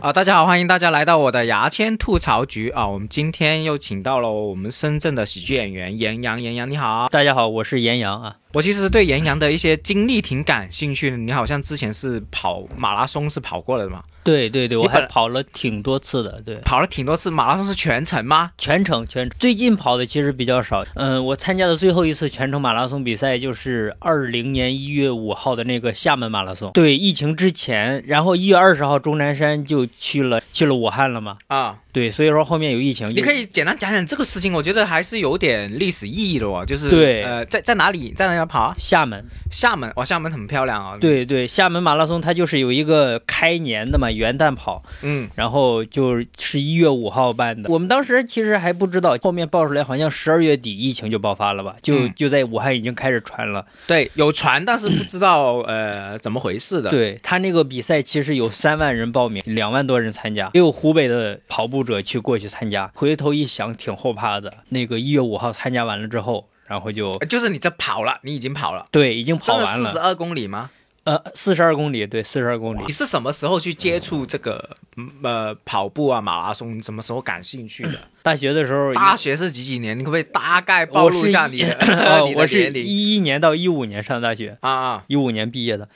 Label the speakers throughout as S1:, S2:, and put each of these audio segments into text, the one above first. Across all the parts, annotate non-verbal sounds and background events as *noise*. S1: 啊、大家好，欢迎大家来到我的牙签吐槽局啊！我们今天又请到了我们深圳的喜剧演员严阳，严阳你好。
S2: 大家好，我是严阳啊。
S1: 我其实对严阳的一些经历挺感兴趣的，你好像之前是跑马拉松是跑过了的嘛？
S2: 对对对，我
S1: 本
S2: 还
S1: 来
S2: 跑了挺多次的，对，
S1: 跑了挺多次，马拉松是全程吗？
S2: 全程全程。最近跑的其实比较少，嗯，我参加的最后一次全程马拉松比赛就是二零年一月五号的那个厦门马拉松。对，疫情之前，然后一月二十号钟南山就去了去了武汉了嘛。
S1: 啊，
S2: 对，所以说后面有疫情，
S1: 你可以简单讲讲这个事情，我觉得还是有点历史意义的哦。就是
S2: 对
S1: 呃，在在哪里，在哪里跑啊？
S2: 厦门。
S1: 厦门，哇，厦门很漂亮啊。，
S2: 对对，厦门马拉松它就是有一个开年的嘛，元旦跑，
S1: 嗯，
S2: 然后就是一月五号办的。我们当时其实还不知道，后面爆出来好像十二月底疫情就爆发了吧？就
S1: 嗯
S2: 就在武汉已经开始传了。
S1: 对，有船，但是不知道呃怎么回事的。
S2: 对他那个比赛其实有三万人报名，两万多人参加，也有湖北的跑步者去过去参加。回头一想，挺后怕的。那个一月五号参加完了之后，然后就
S1: 呃，就是你这跑了，你已经跑了，
S2: 对已经跑完
S1: 四十
S2: 了，
S1: 二公里吗？
S2: 呃，四十二公里，对，四十二公里
S1: 你。是什么时候去接触这个嗯呃跑步啊马拉松？什么时候感兴趣
S2: *coughs*
S1: 的？
S2: 大学的时候，
S1: 大学是几几年？你可不可以大概暴露一下你的
S2: 呃，
S1: 你的
S2: 我是
S1: 年龄
S2: 一一年到一五年上大学。
S1: 啊啊？
S2: 一五年毕业的，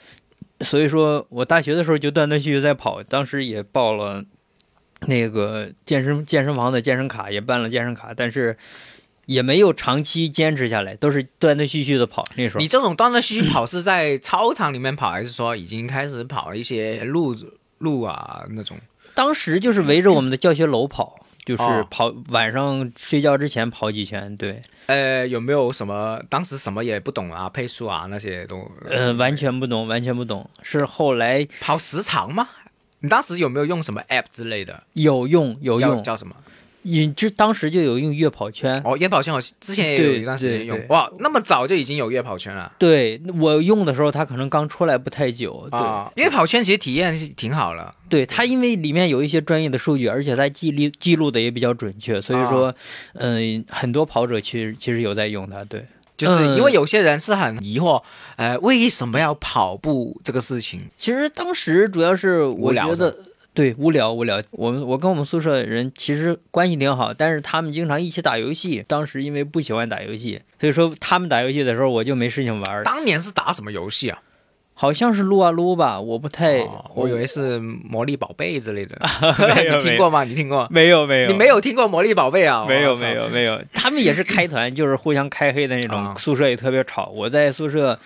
S2: 所以说我大学的时候就断断续续在跑，当时也报了那个健身健身房的健身卡，也办了健身卡，但是也没有长期坚持下来，都是断断续续的跑。那时候
S1: 你这种断断续续跑是在操场里面跑，还是说已经开始跑一些路路啊那种？
S2: 当时就是围着我们的教学楼跑，就是
S1: 哦
S2: 跑、晚上睡觉之前跑几圈，对，
S1: 呃，有没有什么当时什么也不懂啊，配速啊那些都
S2: 呃，完全不懂，完全不懂，是后来
S1: 跑时长吗？你当时有没有用什么 app 之类的？
S2: 有用有
S1: 叫
S2: 用，
S1: 叫什么？
S2: 你这当时就有用月跑圈，
S1: *laughs* 哦，月跑圈，我之前也有一段时间
S2: 对
S1: 用
S2: 对。对
S1: 哇，那么早就已经有月跑圈了
S2: 对我用的时候它可能刚出来不太久，对。
S1: 啊！月跑圈其实体验是挺好了。
S2: 对它，因为里面有一些专业的数据，而且它记录记录的也比较准确，
S1: 啊
S2: 所以说，嗯、很多跑者其实其实有在用它。对，
S1: 就是
S2: 嗯
S1: 因为有些人是很疑惑，呃，为什么要跑步这个事情？
S2: 其实当时主要是
S1: 无
S2: 我
S1: 聊
S2: 觉得。对，无聊无聊。我们我跟我们宿舍人其实关系挺好，但是他们经常一起打游戏。当时因为不喜欢打游戏，所以说他们打游戏的时候我就没事情玩儿。
S1: 当年是打什么游戏啊？
S2: 好像是撸啊撸吧，我不太，
S1: 哦我以为是魔力宝贝之类
S2: *laughs*
S1: 的，
S2: 没有
S1: 你听过吗？你听过？
S2: 没有没有，
S1: 你没有听过魔力宝贝啊？
S2: 没有
S1: 我操
S2: 没有
S1: *laughs*
S2: 没有，他们也是开团，就是互相开黑的那
S1: 啊
S2: 种，宿舍也特别吵。我在宿舍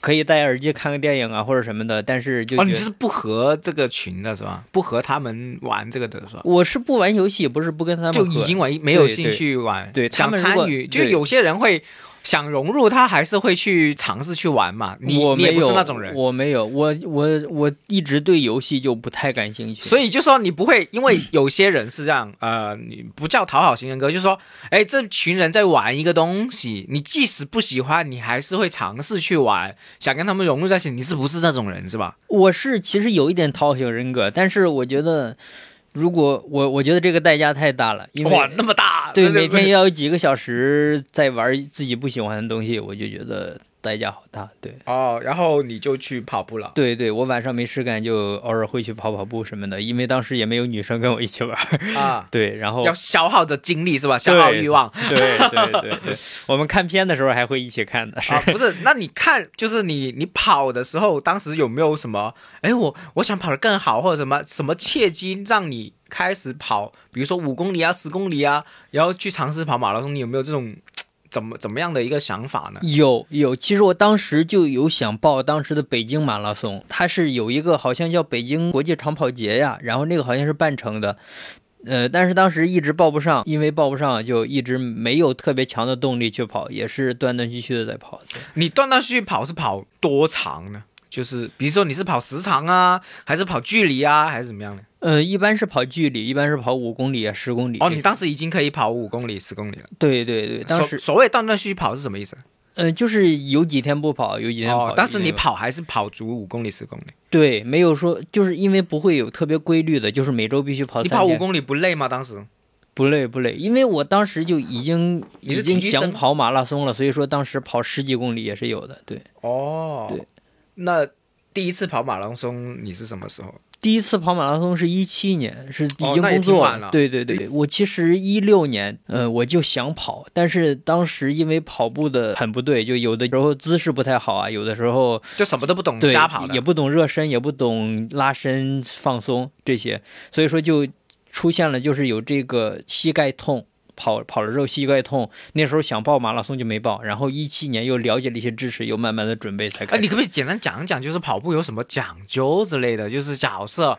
S2: 可以戴耳机看个电影啊或者什么的，但是就
S1: 哦，
S2: 觉
S1: 你
S2: 得
S1: 就是不合这个群的是吧？不合他们玩这个的是吧？
S2: 我是不玩游戏，不是不跟他们
S1: 就
S2: 喝
S1: 已经玩没有
S2: 对
S1: 兴趣玩，
S2: 对他
S1: 想
S2: 们如
S1: 参
S2: 果
S1: 与，就
S2: 对
S1: 有些人会想融入，他还是会去尝试去玩嘛。你
S2: 我
S1: 你
S2: 没
S1: 也不
S2: 有
S1: 是那种人，
S2: 我没有，我我我一直对游戏就不太感兴趣。
S1: 所以就说你不会，因为有些人是这样，呃，你不叫讨好型人格，就是说，哎，这群人在玩一个东西，你即使不喜欢，你还是会尝试去玩，想跟他们融入在一起。你是不是那种人是吧？
S2: 我是其实有一点讨好型人格，但是我觉得如果我我觉得这个代价太大了，因为
S1: 哇，那么大，
S2: 对，
S1: 不
S2: 每天要有几个小时在玩自己不喜欢的东西，我就觉得代价好大。对。
S1: 哦，然后你就去跑步了。
S2: 对对，我晚上没事干就偶尔会去跑跑步什么的，因为当时也没有女生跟我一起玩儿。
S1: 啊， *laughs*
S2: 对，然后
S1: 要消耗着精力是吧？消耗欲望。
S2: 对对对对，我们看片的时候还会一起看的，是、
S1: *laughs* 啊，不是，那你看，就是你你跑的时候，当时有没有什么？哎，我我想跑得更好，或者什么什么契机让你开始跑？比如说五公里啊、十公里啊，然后去尝试跑马拉松，你有没有这种怎么怎么样的一个想法呢？
S2: *laughs* 有有。其实我当时就有想报当时的北京马拉松，它是有一个好像叫北京国际长跑节呀，然后那个好像是半程的。呃，但是当时一直报不上，因为报不上就一直没有特别强的动力去跑，也是断断续续的在跑。
S1: 你断断续续跑是跑多长呢？就是比如说你是跑时长啊，还是跑距离啊，还是怎么样呢？
S2: 呃，一般是跑距离，一般是跑五公里啊、十公里。
S1: 哦，你当时已经可以跑五公里、十公里了。
S2: 对对对，当时
S1: 所所谓断断续续跑是什么意思？
S2: 呃，就是有几天不跑，有几天跑。
S1: 哦，但是
S2: 有
S1: 你
S2: 几天
S1: 跑还是跑足五公里、十公里。
S2: 对没有说，就是因为不会有特别规律的，就是每周必须跑
S1: 你
S2: 三
S1: 跑五
S2: 天。
S1: 公里不累吗？当时？
S2: 不累不累，因为我当时就已经
S1: 你是体
S2: 已经
S1: 育生
S2: 想
S1: 吗
S2: 跑马拉松了，所以说当时跑十几公里也是有的。对，
S1: 哦，
S2: 对，
S1: 那第一次跑马拉松你是什么时候？
S2: 第一次跑马拉松是一七年，是已
S1: 哦
S2: 经
S1: 那也挺
S2: 工作
S1: 晚了哎
S2: 对对对，我其实一六年，呃，我就想跑，但是当时因为跑步的很不对，就有的时候姿势不太好啊，有的时候
S1: 就什么都不懂，
S2: 对，
S1: 嗯瞎跑
S2: 也
S1: 的。
S2: 不懂热身，也不懂拉伸、放松这些，所以说就出现了就是有这个膝盖痛。跑跑了之后膝盖痛，那时候想报马拉松就没报，然后一七年又了解了一些知识，又慢慢的准备才开
S1: 哎，
S2: 始。
S1: 你可不可以简单讲一讲，就是跑步有什么讲究之类的？就是假设，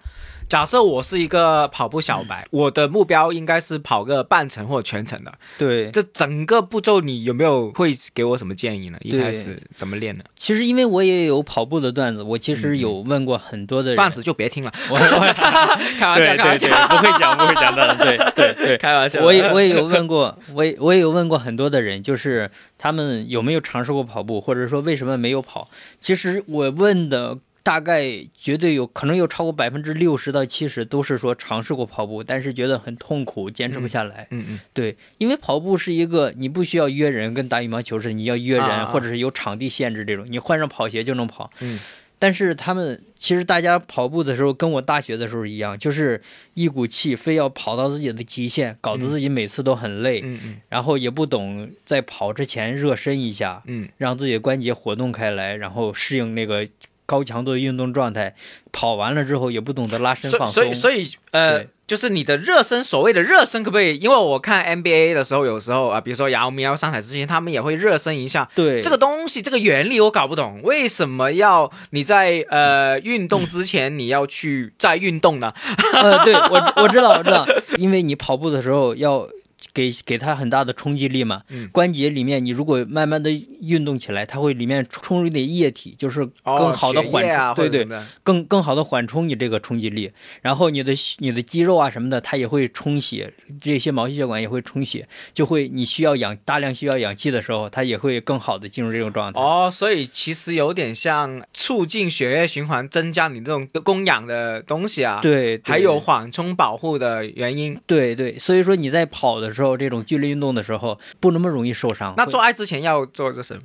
S1: 假设我是一个跑步小
S2: 嗯
S1: 白，我的目标应该是跑个半程或者全程的。
S2: 对，
S1: 这整个步骤你有没有会给我什么建议呢？一
S2: 对
S1: 开始怎么练呢？
S2: 其实因为我也有跑步的段子，我其
S1: 嗯
S2: 实有问过很多的人。
S1: 段子就别听了，
S2: 我我
S1: *laughs* 开玩笑，开
S2: 对对
S1: 玩
S2: 对，
S1: 笑，
S2: 不会讲不会讲的，对对对。
S1: 开玩笑。
S2: 我也我也有问过， *laughs* 我也我也有问过很多的人，就是他们有没有尝试过跑步，或者说为什么没有跑。其实我问的大概绝对有可能有超过百分之六十到七十都是说尝试过跑步，但是觉得很痛苦，坚持不下来。
S1: 嗯嗯，
S2: 对，因为跑步是一个你不需要约人，跟打羽毛球似的，你要约人、
S1: 啊啊啊
S2: 或者是有场地限制这种，你换上跑鞋就能跑。
S1: 嗯。
S2: 但是他们其实大家跑步的时候，跟我大学的时候一样，就是一股气，非要跑到自己的极限，搞得自己每次都很累，
S1: 嗯嗯
S2: 然后也不懂在跑之前热身一下，
S1: 嗯，
S2: 让自己的关节活动开来，然后适应那个高强度的运动状态。跑完了之后也不懂得拉伸
S1: 所
S2: 放
S1: 以
S2: 松。
S1: 所以所以呃
S2: 对，
S1: 就是你的热身，所谓的热身，可不可以？因为我看 NBA 的时候，有时候啊，比如说姚明要上台之前，他们也会热身一下。
S2: 对
S1: 这个东西，这个原理我搞不懂，为什么要你在呃运 *laughs* 动之前你要去再运动呢？
S2: *laughs* 呃，对我我知道我知道，因为你跑步的时候要给给它很大的冲击力嘛，
S1: 嗯
S2: 关节里面你如果慢慢的运动起来，它会里面冲入一点液体，就是更好的
S1: 哦血液
S2: 缓冲，
S1: 啊，
S2: 对
S1: 或者什
S2: 对
S1: 么，的，
S2: 更更好的缓冲你这个冲击力，然后你的你的肌肉啊什么的，它也会充血，这些毛细血管也会充血，就会你需要氧大量需要氧气的时候，它也会更好的进入这种状态。
S1: 哦，所以其实有点像促进血液循环，增加你这种供氧的东西啊。，
S2: 对，对
S1: 还有缓冲保护的原因。
S2: 对对，所以说你在跑的时候，这种剧烈运动的时候，不那么容易受伤。
S1: 那
S2: 会
S1: 做爱之前要做这什 *laughs* 么？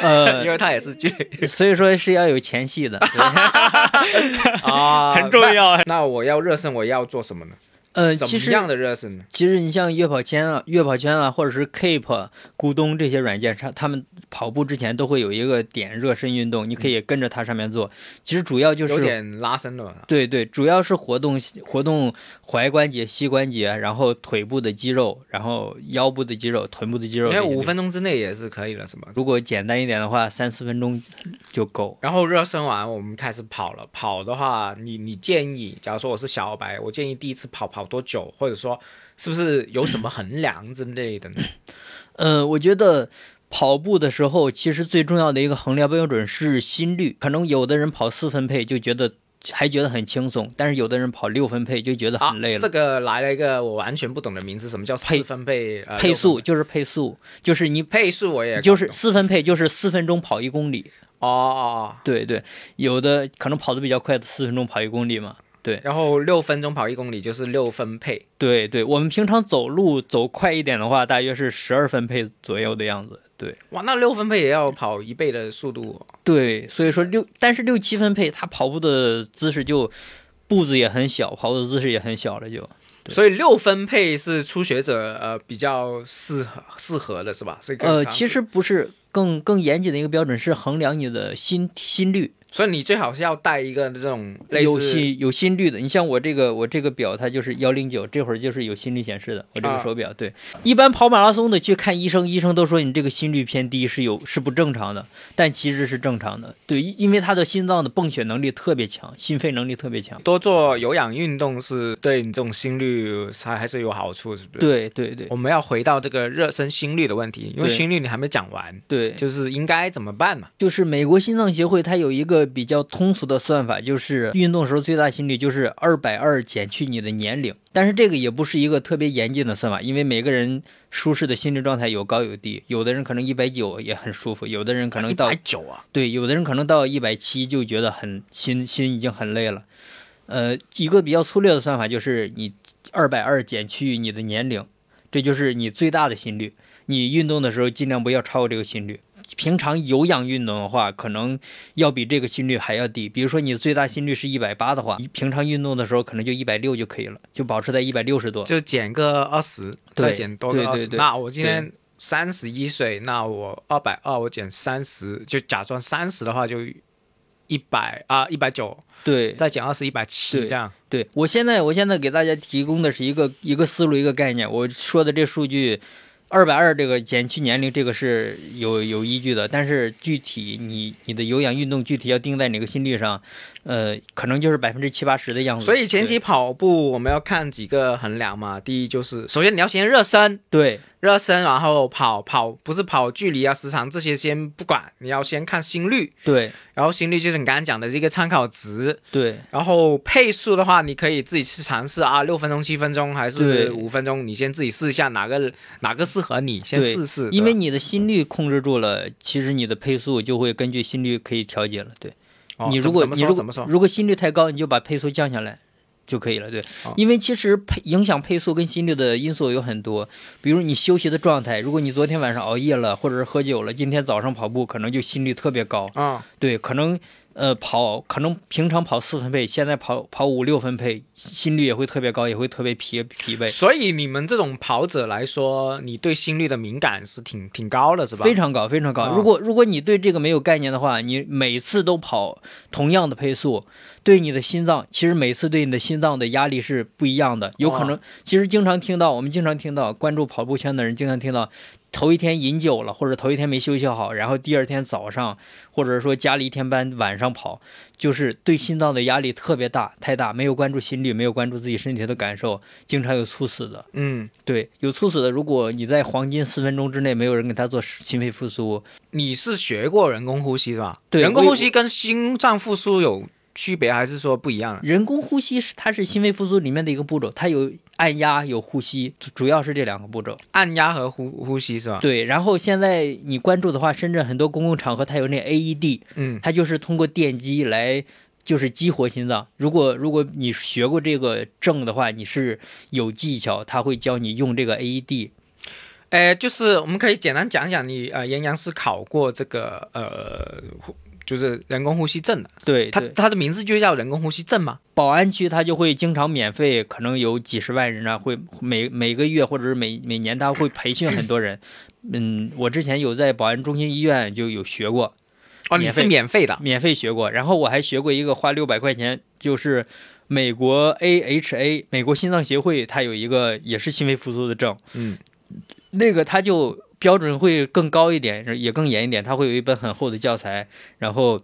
S2: 呃
S1: 因，为它也是剧 *laughs* 烈
S2: 所以说是要有前戏
S1: *laughs*
S2: 的。 *laughs*
S1: 啊，
S3: 很重要
S1: 那。那我要热身，我要做什么呢？
S2: 呃，
S1: 怎
S2: 其
S1: 么
S2: 实
S1: 样的热身呢？
S2: 其实你像月跑圈啊、月跑圈啊，或者是 Keep、咕咚这些软件上，他们跑步之前都会有一个点热身运动，你可以跟着它上面做。其实主要就
S1: 有
S2: 是。
S1: 点拉伸的吧。
S2: 对对，主要是活动活动踝关节、膝关节，然后腿部的肌肉，然后腰部的肌肉、臀部的肌肉
S1: 因
S2: 这
S1: 为
S2: 些地方。
S1: 五分钟之内也是可以了，是吧？
S2: 如果简单一点的话，三四分钟就够。
S1: 然后热身完，我们开始跑了。跑的话，你你建议，假如说我是小白，我建议第一次跑跑多久，或者说是不是有什么衡量之类的呢？
S2: 呃，我觉得跑步的时候，其实最重要的一个衡量标准是心率。可能有的人跑四分配就觉得还觉得很轻松，但是有的人跑六分配就觉得
S1: 啊
S2: 嗯很累，了。
S1: 这个来了一个我完全不懂的名词，什么叫
S2: 配
S1: 四分配？呃、
S2: 配
S1: 六
S2: 速
S1: 分
S2: 就是配速，就是你
S1: 配配速我也搞不
S2: 就是
S1: 懂
S2: 四分配就是四分钟跑一公里。
S1: 哦哦，哦
S2: 对对，有的可能跑得比较快的四分钟跑一公里嘛。
S1: 然后六分钟跑一公里就是六分配。
S2: 对对，我们平常走路走快一点的话，大约是十二分配左右的样子。对。
S1: 哇，那六分配也要跑一倍的速度哦
S2: 对，所以说六，但是六七分配他跑步的姿势就步子也很小，跑步的姿势也很小了就，对
S1: 所以六分配是初学者呃比较适合适合的是吧？所以可以
S2: 呃，
S1: 尝
S2: 其
S1: 试
S2: 实不是更更严谨的一个标准是衡量你的心心率，
S1: 所以你最好是要带一个这种类
S2: 有
S1: 似
S2: 心有心率的。你像我这个我这个表它就是幺零九，这会儿就是有心率显示的，我这个
S1: 啊
S2: 手表、对。一般跑马拉松的去看医生，医生都说你这个心率偏低是有是不正常的，但其实是正常的，对，因因为他的心脏的泵血能力特别强，心肺能力特别强。
S1: 多做有氧运动是对你这种心率还还是有好处，是不是？。
S2: 对对对
S1: 我们要回到这个热身心率的问题，因为
S2: 对
S1: 心率你还没讲完，
S2: 对，
S1: 就是应该怎么办嘛？
S2: 就是美国心脏协会，它有一个比较通俗的算法，就是运动时候最大心率就是二百二减去你的年龄。但是这个也不是一个特别严谨的算法，因为每个人舒适的心率状态有高有低，有的人可能一百九也很舒服，有的人可能
S1: 一
S2: 到
S1: 百九啊，
S2: 对，有的人可能到一百七就觉得很心心已经很累了。呃，一个比较粗略的算法就是你二百二减去你的年龄，这就是你最大的心率。你运动的时候尽量不要超过这个心率。平常有氧运动的话，可能要比这个心率还要低。比如说你最大心率是一百八的话，你平常运动的时候可能就一百六就可以了，就保持在一百六十多。
S1: 就减个二十，
S2: 对
S1: 再减多个
S2: 对
S1: 二
S2: 对
S1: 十。
S2: 对
S1: 那我今天三十一岁，那我二百二，我减三十，就假装三十的话就一百啊，一百九，
S2: 对
S1: 再减二十，一百七
S2: 对
S1: 这样。
S2: 对，我现在我现在给大家提供的是一个一个思路一个概念。我说的这数据，二百二这个减去年龄这个是有有依据的，但是具体你你的有氧运动具体要定在哪个心率上，呃，可能就是百分之七八十的样子。
S1: 所以前
S2: 对
S1: 期跑步我们要看几个衡量嘛，第一就是首先你要先热身，
S2: 对
S1: 热身然后跑跑，不是跑距离啊、时长这些先不管，你要先看心率，
S2: 对
S1: 然后心率就是你刚刚讲的这个参考值，
S2: 对
S1: 然后配速的话，你可以自己去尝试啊，六分钟、七分钟还
S2: 对
S1: 是五分钟，你先自己试一下哪个哪个适合你，先
S2: 对
S1: 试试。
S2: 因为
S1: 对吧
S2: 你的心率控制住了，其实你的配速就会根据心率可以调节了。对。
S1: 哦
S2: 你
S1: 怎么
S2: 如果
S1: 怎么
S2: 你
S1: 说
S2: 如
S1: 怎么
S2: 果
S1: 说，
S2: 如果心率太高，你就把配速降下来就可以了。对，
S1: 哦
S2: 因为其实配影响配速跟心率的因素有很多，比如你休息的状态，如果你昨天晚上熬夜了，或者是喝酒了，今天早上跑步可能就心率特别高，
S1: 嗯，
S2: 对，可能呃跑可能平常跑四分配，现在跑跑五六分配，心率也会特别高，也会特别疲疲惫。
S1: 所以你们这种跑者来说，你对心率的敏感是挺挺高的，是吧？
S2: 非常高，非常高。
S1: 啊
S2: 如果如果你对这个没有概念的话，你每次都跑同样的配速，对你的心脏，其实每次对你的心脏的压力是不一样
S1: 啊
S2: 的。有可能，其实经常听到，我们经常听到，关注跑步圈的人经常听到，头一天饮酒了，或者头一天没休息好，然后第二天早上，或者说加了一天班，晚上跑，就是对心脏的压力特别大，太大，没有关注心率，没有关注自己身体的感受，经常有猝死的。
S1: 嗯，
S2: 对，有猝死的，如果你在黄金四分钟之内没有人给他做心肺复苏，
S1: 你是学过人工呼吸是吧？
S2: 对
S1: 人工
S2: 我
S1: 呼吸跟心脏复苏有区别，还是说不一样啊？
S2: 人工呼吸是它是心肺复苏里面的一个步骤，它有按压有呼吸，主主要是这两个步骤。
S1: 按压和呼呼吸是吧？
S2: 对，然后现在你关注的话，深圳很多公共场合它有那 AED，
S1: 嗯，
S2: 它就是通过电击来。就是激活心脏。如果如果你学过这个证的话，你是有技巧，他会教你用这个 E AED。
S1: 呃，就是我们可以简单讲讲你呃，杨洋是考过这个呃，呼就是人工呼吸证的，
S2: 对，
S1: 它
S2: 对
S1: 它的名字就叫人工呼吸证嘛。
S2: 宝安区他就会经常免费，可能有几十万人啊，会每每个月或者是每每年他会培训很多人。嗯，我之前有在宝安中心医院就有学过，
S1: 哦，你
S2: 免费
S1: 是免费的，
S2: 免费学过，然后我还学过一个花六百块钱，就是美国 AHA 美国心脏协会，它有一个也是心肺复苏的证，
S1: 嗯，
S2: 那个它就标准会更高一点，也更严一点，它会有一本很厚的教材，然后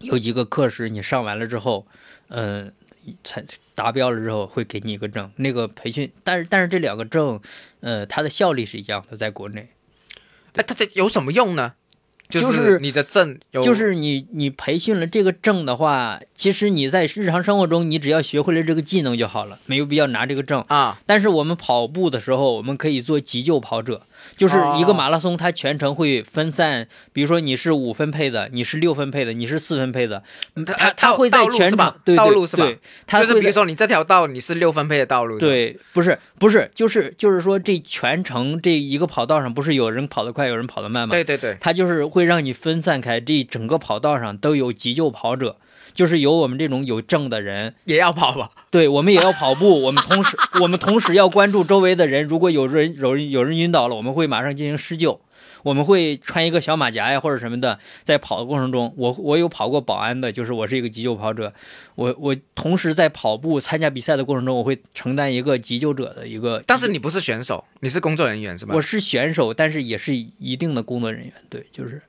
S2: 有几个课时你上完了之后，嗯、才达标了之后会给你一个证，那个培训，但是但是这两个证，呃，它的效力是一样的，在国内。
S1: 哎，它这有什么用呢？
S2: 就是
S1: 你的证有，
S2: 就是你你培训了这个证的话，其实你在日常生活中，你只要学会了这个技能就好了，没有必要拿这个证。
S1: 啊，
S2: 但是我们跑步的时候，我们可以做急救跑者，就是
S1: 哦
S2: 一个马拉松，它全程会分散，比如说你是五分配的，你是六分配的，你是四分配的，嗯
S1: 它
S2: 它
S1: 呃
S2: 它
S1: 道
S2: 会在
S1: 道路
S2: 全
S1: 是
S2: 场
S1: 吧
S2: 对
S1: 道
S2: 对
S1: 路是吧
S2: 对，它
S1: 就是
S2: 会
S1: 比如
S2: 在
S1: 说你这条道你是六分配的道路，，
S2: 对，不是不是，就是就是说这全程这一个跑道上，不是有人跑得快，有人跑得慢吗？
S1: 对对对，
S2: 它就是会让你分散开，这整个跑道上都有急救跑者，就是有我们这种有证的人。
S1: 也要跑吧？
S2: 对我们也要跑步，我们同时我们同时要关注周围的人，如果有人有人有人晕倒了，我们会马上进行施救。我们会穿一个小马甲呀，或者什么的，在跑的过程中，我我有跑过保安的，就是我是一个急救跑者，我我同时在跑步参加比赛的过程中，我会承担一个急救者的一个，
S1: 但是你不是选手，你是工作人员是吧？
S2: 我是选手，但是也是一定的工作人员，对，就是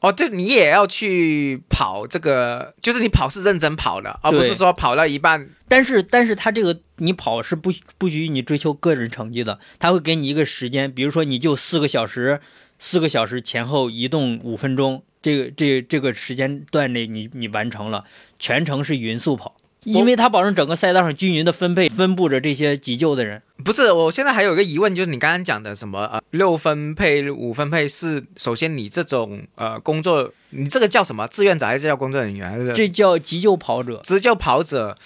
S1: 哦，就你也要去跑这个，就是你跑是认真跑的，而不
S2: 对
S1: 是说跑到一半
S2: 但是，但是他这个你跑是不许不许你追求个人成绩的，他会给你一个时间，比如说你就四个小时，四个小时前后移动五分钟，这个这这个时间段内你你完成了，全程是匀速跑，因为他保证整个赛道上均匀的分配分布着这些急救的人。
S1: 不是，我现在还有一个疑问，就是你刚刚讲的什么呃六分配、五分配是，首先你这种呃工作，你这个叫什么？志愿者还是叫工作人员？还是
S2: 这叫急救跑者。
S1: 执教跑者？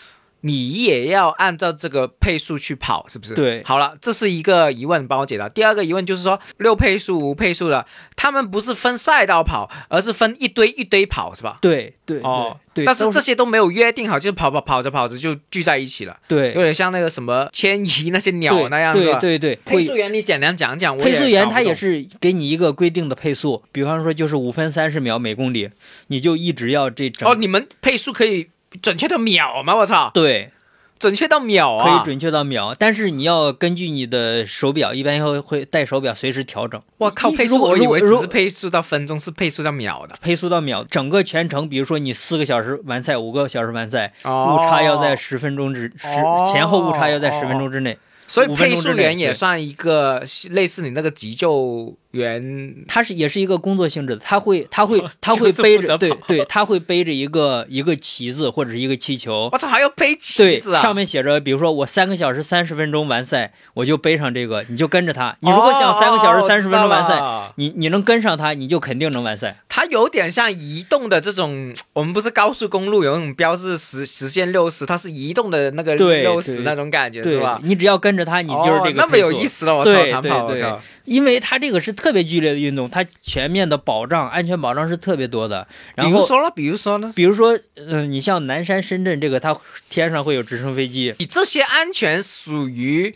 S1: 你也要按照这个配速去跑，是不是？
S2: 对
S1: 好了，这是一个疑问，帮我解答。第二个疑问就是说，六配速、无配速的，他们不是分赛道跑，而是分一堆一堆跑，是吧？
S2: 对对
S1: 哦，
S2: 对，对
S1: 但是
S2: 都
S1: 这些都没有约定好，就是跑跑跑着跑着就聚在一起了，
S2: 对
S1: 有点像那个什么迁移那些鸟那样，是
S2: 对
S1: 吧？
S2: 对对，
S1: 配
S2: 会
S1: 速员，你简单讲讲。我
S2: 配速员他
S1: 搞不
S2: 也
S1: 懂
S2: 是给你一个规定的配速，比方说就是五分三十秒每公里，你就一直要这整。
S1: 哦，你们配速可以准确到秒吗？我操，
S2: 对，
S1: 准确到秒
S2: 可
S1: 啊！
S2: 以准确到秒，但是你要根据你的手表，一般会会带手表随时调整。
S1: 我靠，
S2: 一
S1: 配
S2: 如
S1: 速
S2: 果
S1: 我以
S2: 如果
S1: 为只
S2: 如
S1: 是配速到分钟，是配速到秒的。
S2: 配速到秒，整个全程，比如说你四个小时完赛，五个小时完赛，
S1: 哦
S2: 误差要在十分钟之十、
S1: 哦
S2: 前后误差要在十分钟之内。
S1: 所以
S2: 5分
S1: 配
S2: 钟
S1: 速
S2: 之内
S1: 员也
S2: 对
S1: 算一个类似你那个急救员，
S2: 他是也是一个工作性质的，他会
S1: *laughs*
S2: 他会他会
S1: 就是
S2: 背
S1: 负责
S2: 着对
S1: 跑
S2: 对，他会背着一个一个旗子或者是一个气球，
S1: 我操，还要背旗
S2: 对，
S1: 子啊！
S2: 上面写着，比如说我三个小时三十分钟完赛，我就背上这个，你就跟着他。你如果
S1: 哦
S2: 想三个小时三十分钟完赛，
S1: 赛，
S2: 你你能跟上他，你就肯定能完赛。
S1: 它有点像移动的这种，我们不是高速公路有那种标志实实现六十，它是移动的那个
S2: 对
S1: 六十
S2: 对
S1: 那种感觉是
S2: 对
S1: 吧，？
S2: 你只要跟着他，你就是
S1: 哦
S2: 这个、
S1: 那么有意。思了，我操，
S2: 对
S1: 长
S2: 对
S1: 跑，
S2: 对
S1: 我靠
S2: 因为他这个是特别剧烈的运动，他全面的保障、安全保障是特别多的。然
S1: 比如
S2: 后，
S1: 说了，比如说呢，
S2: 比如说，嗯、你像南山、深圳这个，它天上会有直升飞机，
S1: 你这些安全属于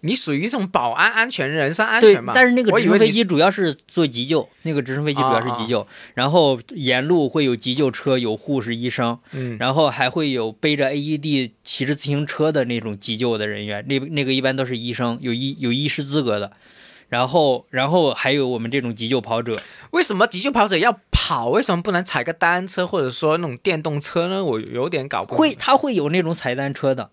S1: 你属于一种保安安全人身安
S2: 对
S1: 全嘛？，
S2: 但是那个
S1: 我以
S2: 直升
S1: 为
S2: 飞
S1: 你啊
S2: 机主要是做急救，那个直升飞机主要是急救，然后沿路会有急救车、有护士、医生，
S1: 嗯
S2: 然后还会有背着 AED 骑着自行车的那种急救的人员，那那个一般都是医生，有医有医师资格的。然后，然后还有我们这种急救跑者，
S1: 为什么急救跑者要跑？为什么不能踩个单车或者说那种电动车呢？我有点搞不懂
S2: 会他会有那种踩单车的，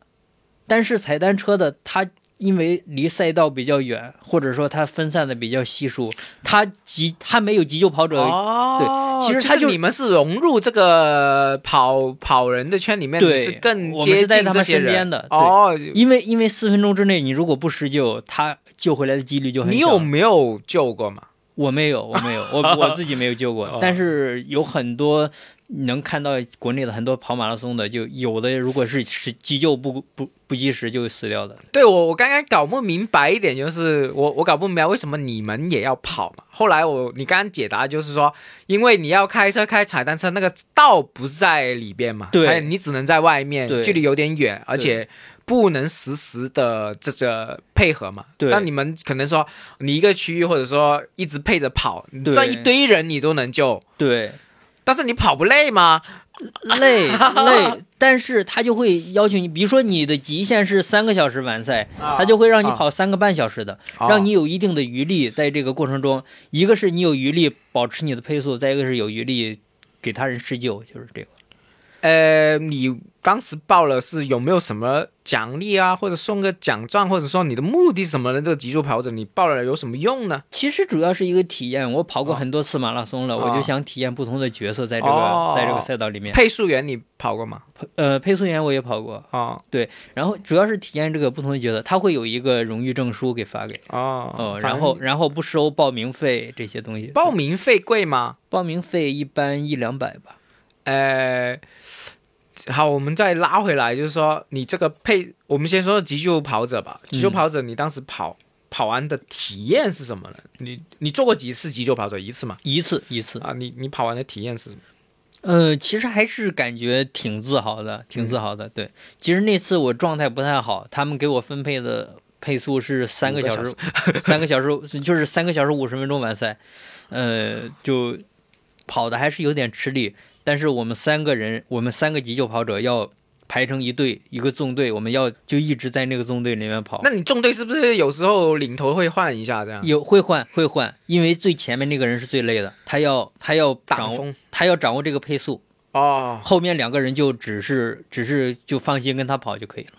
S2: 但是踩单车的他因为离赛道比较远，或者说他分散的比较稀疏，他急他没有急救跑者
S1: 哦，
S2: 对其实他
S1: 就是
S2: 就
S1: 你们是融入这个跑跑人的圈里面，
S2: 对
S1: 你是更
S2: 我们
S1: 接
S2: 是在
S1: 近
S2: 他
S1: 这
S2: 们
S1: 些
S2: 身边
S1: 人
S2: 的对
S1: 哦。
S2: 因为因为四分钟之内你如果不施救，他救回来的几率就很小。
S1: 哦你有没有救过嘛？
S2: 我没有，我没有，我我自己没有救 *laughs*
S1: 哦
S2: 过，但是有很多能看到国内的很多跑马拉松的，就有的如果是是急救不不不及时就死掉的。
S1: 对我，我刚刚搞不明白一点，就是我我搞不明白为什么你们也要跑嘛。后来我你刚刚解答就是说，因为你要开车开踩单车，那个道不在里边嘛，
S2: 对
S1: 还有你只能在外面，
S2: 对
S1: 距离有点远，而且不能实时的这这配合嘛。
S2: 对
S1: 那你们可能说你一个区域或者说一直配着跑，
S2: 对
S1: 这一堆人你都能救，
S2: 对，
S1: 但是你跑不累吗？
S2: 累
S1: *laughs*
S2: 累，但是他就会要求你，比如说你的极限是三个小时完赛，他就会让你
S1: 啊
S2: 跑三个半小时的，让你有一定的余力，在这个过程中，一个是你有余力保持你的配速，再一个是有余力给他人施救，就是这个。
S1: 呃，你当时报了是有没有什么奖励啊，或者送个奖状，或者说你的目的是什么呢？这个极速跑者你报了有什么用呢？
S2: 其实主要是一个体验，我跑过
S1: 哦
S2: 很多次马拉松了，
S1: 哦
S2: 我就想体验不同的角色在这个、
S1: 哦
S2: 在这个赛道里面。
S1: 配速员你跑过吗？
S2: 呃，配速员我也跑过，
S1: 哦
S2: 然后主要是体验这个不同的角色，他会有一个荣誉证书给发给，
S1: 哦
S2: 哦，
S1: 反
S2: 然
S1: 正
S2: 后然后不收报名费这些东西，
S1: 报名费贵吗？
S2: 报名费一般一两百吧。
S1: 呃，好，我们再拉回来，就是说你这个配，我们先说急救跑者
S2: 嗯
S1: 吧。急救跑者，你当时跑、跑完的体验是什么呢？你你做过几次急救跑者？一次嘛？
S2: 一次一次，
S1: 啊，你你跑完的体验是什么？
S2: 呃，其实还是感觉挺自豪的，挺自豪的。对，其实那次我状态不太好，他们给我分配的配速是三
S1: 五
S2: 个
S1: 个
S2: 小
S1: 小
S2: 时，三个小时就是三个小时五十分钟完赛，呃，就跑的还是有点吃力。但是我们三个人，我们三个急救跑者要排成一队，一个纵队，我们要就一直在那个纵队里面跑
S1: 那。你纵队是不是有时候领头会换一下这样？
S2: 有会换会换，因为最前面那个人是最累的，他要他要掌
S1: 挡
S2: 握
S1: 风
S2: 他要掌握这个配速，
S1: 哦，
S2: 后面两个人就只是只是就放心跟他跑就可以了。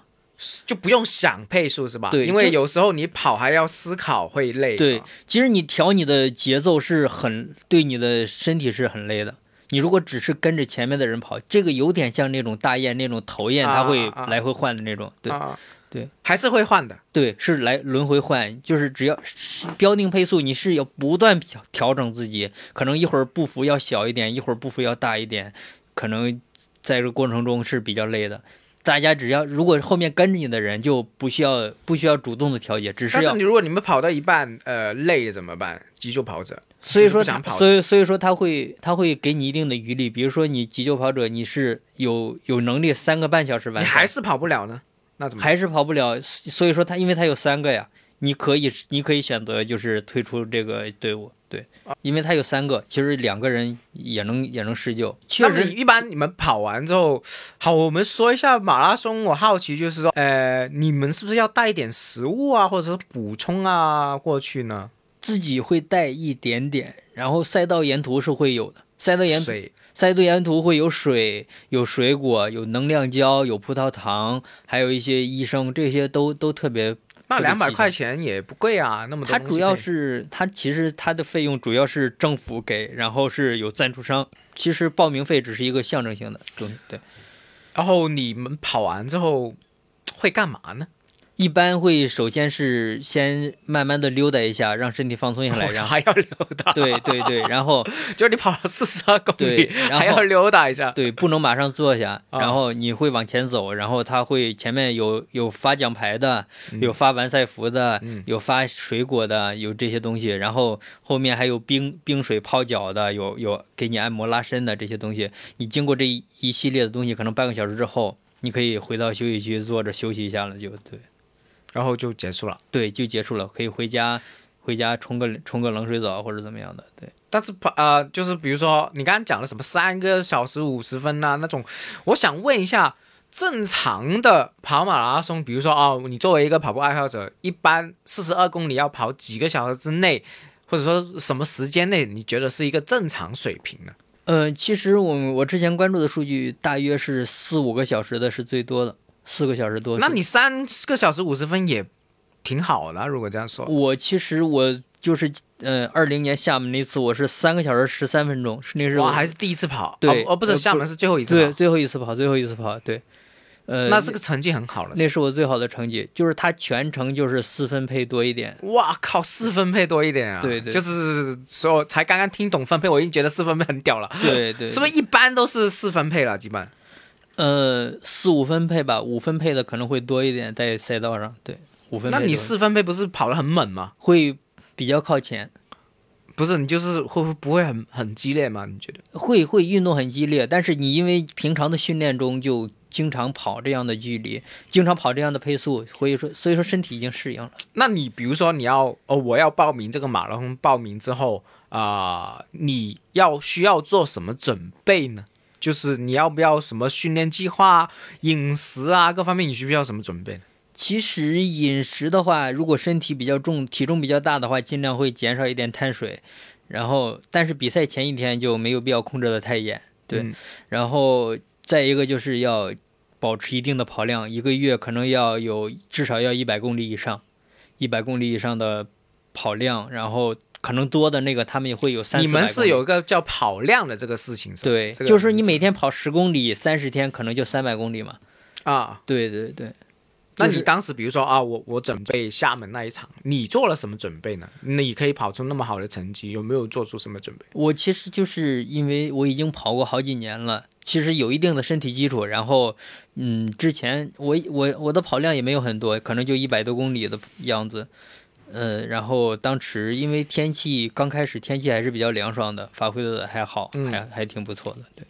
S1: 就不用想配速是吧？
S2: 对
S1: 因为
S2: 这
S1: 有时候你跑还要思考，会累。是
S2: 对
S1: 吧，
S2: 其实你调你的节奏是很对你的身体是很累的。你如果只是跟着前面的人跑，这个有点像那种大雁那种头雁，
S1: 啊
S2: 它会
S1: 啊啊
S2: 来回换的那种。对
S1: 啊，
S2: 对，
S1: 还是会换的。
S2: 对，是来轮回换，就是只要是标定配速，你是要不断调调整自己，可能一会儿步幅要小一点，一会儿步幅要大一点，可能在这个过程中是比较累的。大家只要如果后面跟着你的人就不需要不需要主动的调节，只
S1: 但是
S2: 是要
S1: 你如果你们跑到一半，呃，累了怎么办？急救跑者，
S2: 所
S1: 就
S2: 以
S1: 是
S2: 说
S1: 不
S2: 他
S1: 想跑
S2: 所以所以说他会他会给你一定的余力，比如说你急救跑者你是有有能力三个半小时
S1: 你
S2: 完赛
S1: 还是跑不了呢，那怎么办？
S2: 还是跑不了，所以说他因为他有三个呀，你可以你可以选择就是退出这个队伍，对，因为他有三个，其实两个人也能也能施救，确
S1: 但是
S2: 实
S1: 一般你们跑完之后，好，我们说一下马拉松。我好奇就是说，呃，你们是不是要带一点食物啊，或者是补充啊过去呢？
S2: 自己会带一点点，然后赛道沿途是会有的，赛道沿途
S1: 水
S2: 赛道沿途会有水、有水果、有能量胶、有葡萄糖，还有一些医生，这些都都特别。
S1: 那
S2: 特别
S1: 两
S2: 记得
S1: 百块钱也不贵啊，那么多
S2: 它
S1: 东西
S2: 主要
S1: 可以
S2: 是它其实它的费用主要是政府给，然后是有赞助商。其实报名费只是一个象征性的东西。对，
S1: 然后你们跑完之后会干嘛呢？
S2: 一般会首先是先慢慢的溜达一下，让身体放松下来，
S1: 我操
S2: 然后
S1: 还要溜达，
S2: 对对对，然后
S1: 就是你跑了四十二公里，
S2: 对然后
S1: 还要溜达一下。
S2: 对，不能马上坐下，
S1: 啊
S2: 然后你会往前走，然后他会前面有有发奖牌的，有发完赛服的，
S1: 嗯
S2: 有发水果的，有这些东西，然后后面还有冰冰水泡脚的，有有给你按摩拉伸的这些东西。你经过这一一系列的东西，可能半个小时之后，你可以回到休息区坐着休息一下了，就对
S1: 然后就结束了。
S2: 对，就结束了，可以回家回家冲个冲个冷水澡或者怎么样的，对。
S1: 但是跑呃，就是比如说你刚刚讲的什么三个小时五十分呐、那种，我想问一下，正常的跑马拉松，比如说哦，你作为一个跑步爱好者，一般四十二公里要跑几个小时之内，或者说什么时间内，你觉得是一个正常水平呢？
S2: 嗯，其实我我之前关注的数据大约是四五个小时的是最多的，四个小时多。
S1: 那你三个小时五十分也挺好的啊，如果这样说，
S2: 我其实我就是呃，二零年厦门那次我是三个小时十三分钟，是那是
S1: 哇，
S2: 我
S1: 还是第一次跑，
S2: 对
S1: 哦，哦不是
S2: 呃
S1: 厦门是最后一次
S2: 最
S1: 跑，
S2: 最后一次跑，最后一次跑，对，呃，
S1: 那这个成绩很好了。
S2: 那是我最好的成绩，就是它全程就是四分配多一
S1: *laughs*
S2: 点，
S1: 哇靠，四分配多一点啊！
S2: 对对
S1: 就是所有才刚刚听懂分配，我已经觉得四分配很屌了。
S2: 对对，
S1: 是不是一般都是四分配了？基本
S2: 呃四五分配吧，五分配的可能会多一点在赛道上，对，五分配
S1: 那
S2: 多一
S1: 你
S2: 点
S1: 四分配不是跑得很猛吗？
S2: 会比较靠前。
S1: 不是，你就是会不会很很激烈吗？你觉得？
S2: 会会运动很激烈，但是你因为平常的训练中就经常跑这样的距离，经常跑这样的配速，所以说所以说身体已经适应了。
S1: 那你比如说你要哦，我要报名这个马拉松，报名之后啊、你要需要做什么准备呢？就是你要不要什么训练计划啊、饮食啊各方面，你需不需要什么准备呢？
S2: 其实饮食的话，如果身体比较重、体重比较大的话，尽量会减少一点碳水，然后但是比赛前一天就没有必要控制的太严，对。
S1: 嗯
S2: 然后再一个就是要保持一定的跑量，一个月可能要有至少要一百公里以上，一百公里以上的跑量，然后可能多的那个他们也会有三。
S1: 你们
S2: 400公
S1: 是
S2: 里
S1: 有一个叫跑量的这个事情是吧？
S2: 对，
S1: 这个
S2: 就是你
S1: 名
S2: 每
S1: 字
S2: 天跑十公里，三十天可能就三百公里嘛。
S1: 啊，
S2: 对对对，
S1: 那
S2: 就是
S1: 你当时比如说啊，我我准备厦门那一场，你做了什么准备呢？你可以跑出那么好的成绩，有没有做出什么准备？
S2: 我其实就是因为我已经跑过好几年了，其实有一定的身体基础。然后，嗯，之前我我我的跑量也没有很多，可能就一百多公里的样子。嗯，然后当时因为天气刚开始，天气还是比较凉爽的，发挥的还好，
S1: 嗯
S2: 还还挺不错的。对，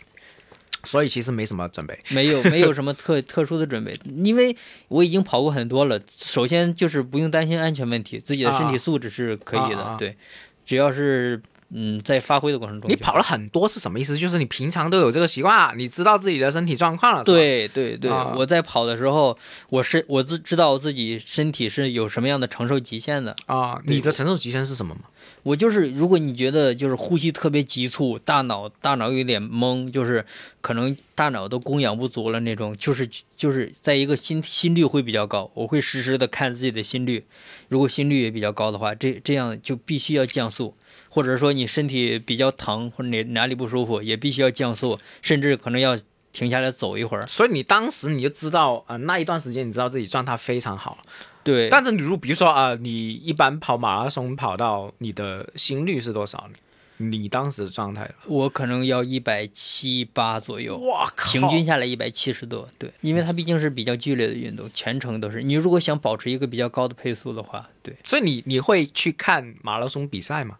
S1: 所以其实没什么准备。
S2: 没有没有什么特特殊的准备，因为我已经跑过很多了。首先就是不用担心安全问题，自己的身体
S1: 啊
S2: 素质是可以的。
S1: 啊啊啊
S2: 对，只要是嗯在发挥的过程中就
S1: 你
S2: 好，
S1: 跑了很多是什么意思？就是你平常都有这个习惯啊，你知道自己的身体状况了。是吧，
S2: 对对对，
S1: 啊
S2: 我在跑的时候，我是我自知道我自己身体是有什么样的承受极限的。
S1: 啊，
S2: 对
S1: 你的承受极限是什么吗？
S2: 我就是，如果你觉得就是呼吸特别急促，大脑大脑有点懵，就是可能大脑都供氧不足了那种，就是就是在一个心心率会比较高，我会实时的看自己的心率，如果心率也比较高的话，这这样就必须要降速，或者说你身体比较疼或者哪哪里不舒服，也必须要降速，甚至可能要停下来走一会儿。
S1: 所以你当时你就知道啊、呃那一段时间你知道自己状态非常好了。
S2: 对，
S1: 但是你如比如说啊、呃你一般跑马拉松跑到你的心率是多少呢？你当时的状态了？
S2: 我可能要一百七八左右，
S1: 我靠，
S2: 平均下来一百七十多。对，因为它毕竟是比较剧烈的运动，全程都是。你如果想保持一个比较高的配速的话，
S1: *laughs*
S2: 对，
S1: 所以你你会去看马拉松比赛吗？。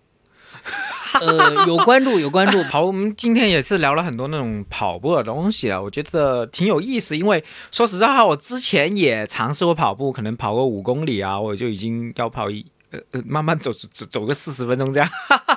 S2: 呃，有关注有关注
S1: *laughs* 好，我们今天也是聊了很多那种跑步的东西啊，我觉得挺有意思。因为说实在话，我之前也尝试过跑步，可能跑个五公里啊，我就已经要跑一呃呃，慢慢走走走走个四十分钟这样。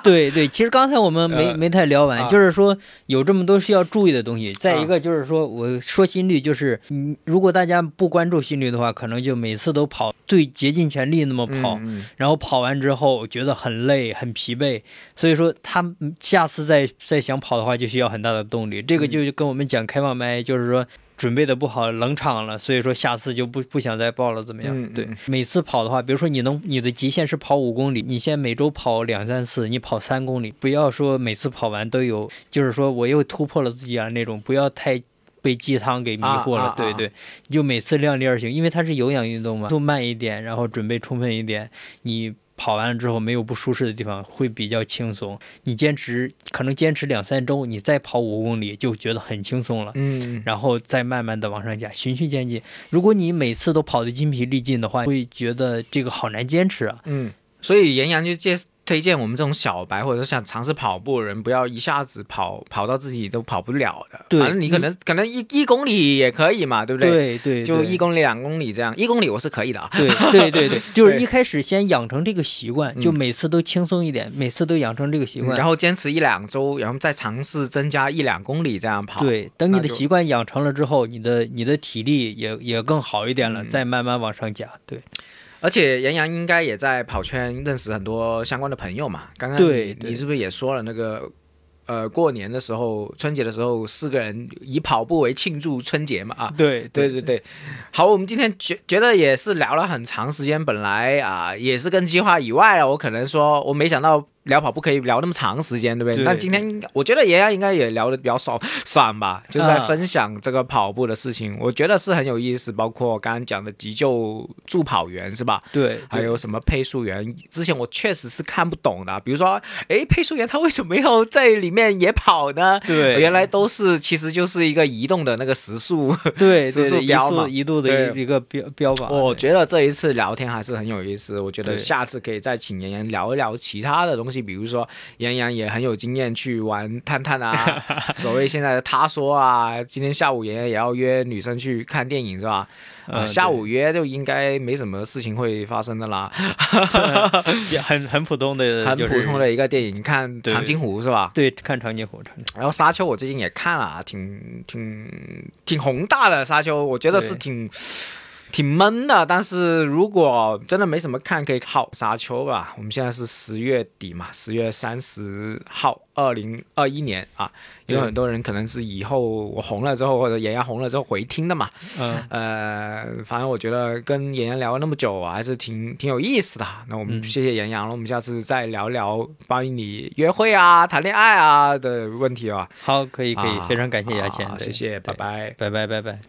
S2: 对对，其实刚才我们没、
S1: 呃
S2: 没太聊完，
S1: 啊
S2: 就是说有这么多需要注意的东西。再
S1: 啊
S2: 一个就是说，我说心率，就是你如果大家不关注心率的话，可能就每次都跑最竭尽全力那么跑。
S1: 嗯
S2: 然后跑完之后觉得很累、很疲惫，所以说他们下次再再想跑的话，就需要很大的动力。
S1: 嗯
S2: 这个就跟我们讲开放麦，就是说准备的不好，冷场了，所以说下次就不不想再报了，怎么样？
S1: 嗯
S2: 对
S1: 嗯，
S2: 每次跑的话，比如说你能你的极限是跑五公里，你先每周跑两三次，你跑三公里，不要说每次跑完都有，就是说我又突破了自己啊那种，不要太。被鸡汤给迷惑了，
S1: 啊啊
S2: 对
S1: 啊
S2: 对，你就每次量力而行，因为它是有氧运动嘛，速慢一点，然后准备充分一点，你跑完了之后没有不舒适的地方，会比较轻松。你坚持可能坚持两三周，你再跑五公里就觉得很轻松了。
S1: 嗯，
S2: 然后再慢慢的往上加，循序渐进。如果你每次都跑得筋疲力尽的话，会觉得这个好难坚持啊。
S1: 嗯，所以严阳就介推荐我们这种小白或者想尝试跑步的人，不要一下子跑跑到自己都跑不了的。
S2: 对
S1: 反正你可能可能一一公里也可以嘛，对不对？
S2: 对对，
S1: 就一
S2: 公。
S1: 公里、两公里这样，一公里我是可以的啊。
S2: 对对对
S1: *laughs*
S2: 对，就是
S1: 对
S2: 一开始先养成这个习惯，就每次都轻松一点，每次都养成这个习
S1: 嗯
S2: 惯。
S1: 然后坚持一两周，然后再尝试增加一两公里这样跑。，
S2: 对，等你
S1: 那
S2: 的
S1: 就
S2: 习惯养成了之后，你的你的体力也也更好一点
S1: 嗯
S2: 了，再慢慢往上加。对，
S1: 而且杨洋应该也在跑圈认识很多相关的朋友嘛。刚刚
S2: 对
S1: 你
S2: 对
S1: 你是不是也说了那个？呃，过年的时候，春节的时候，四个人以跑步为庆祝春节嘛啊，
S2: 对
S1: 对对对，好，我们今天觉觉得也是聊了很长时间，本来啊、也是跟计划以外啊，我可能说我没想到聊跑步可以聊那么长时间，对不对？
S2: 对
S1: 那今天应该我觉得爷爷应该也聊的比较爽爽吧，就是在
S2: 啊
S1: 分享这个跑步的事情，我觉得是很有意思，包括刚刚讲的急救助跑员是吧？
S2: 对，
S1: 还有什么配速员？之前我确实是看不懂的，比如说，诶，配速员他为什么要在里面也跑呢？
S2: 对
S1: 原来都是其实就是一个移动的那个时速。
S2: 对
S1: 时
S2: 对
S1: 速
S2: 对，一
S1: 标嘛
S2: 速一度的一
S1: 对
S2: 一个标标榜。
S1: 我
S2: 对
S1: 觉得这一次聊天还是很有意思，我觉得
S2: 对
S1: 下次可以再请妍妍聊一聊其他的东西，比如说妍妍也很有经验去玩探探
S2: *laughs*
S1: 啊，所谓现在的他说啊，今天下午妍妍也要约女生去看电影是吧？啊、
S2: 嗯
S1: 下午约就应该没什么事情会发生的啦，
S2: 也很啊 *laughs* 很普通的，
S1: 很
S2: 就
S1: 普
S2: 是
S1: 通的一个电影，看《
S2: 呃对
S1: 长津湖》是吧？
S2: 对，看长津湖，长津湖
S1: 然后《沙丘》我最近也看了啊，挺挺挺宏大的《沙丘》，我觉得是
S2: 对
S1: 挺挺闷的。但是如果真的没什么看，可以靠《沙丘》吧。我们现在是十月底嘛，十月三十号，二零二一年啊，有
S2: 对
S1: 很多人可能是以后我红了之后，或者妍妍红了之后回听的嘛。
S2: 嗯，
S1: 呃，反正我觉得跟妍妍聊了那么久，啊还是挺挺有意思的。那我
S2: 嗯
S1: 们谢谢妍阳了，我们下次再聊聊关于你约会啊、谈恋爱啊的问题啊。
S2: 好，可以可以
S1: 啊，
S2: 非常感谢牙
S1: 啊
S2: 签，对
S1: 谢谢，拜，拜。
S2: 对拜拜拜拜。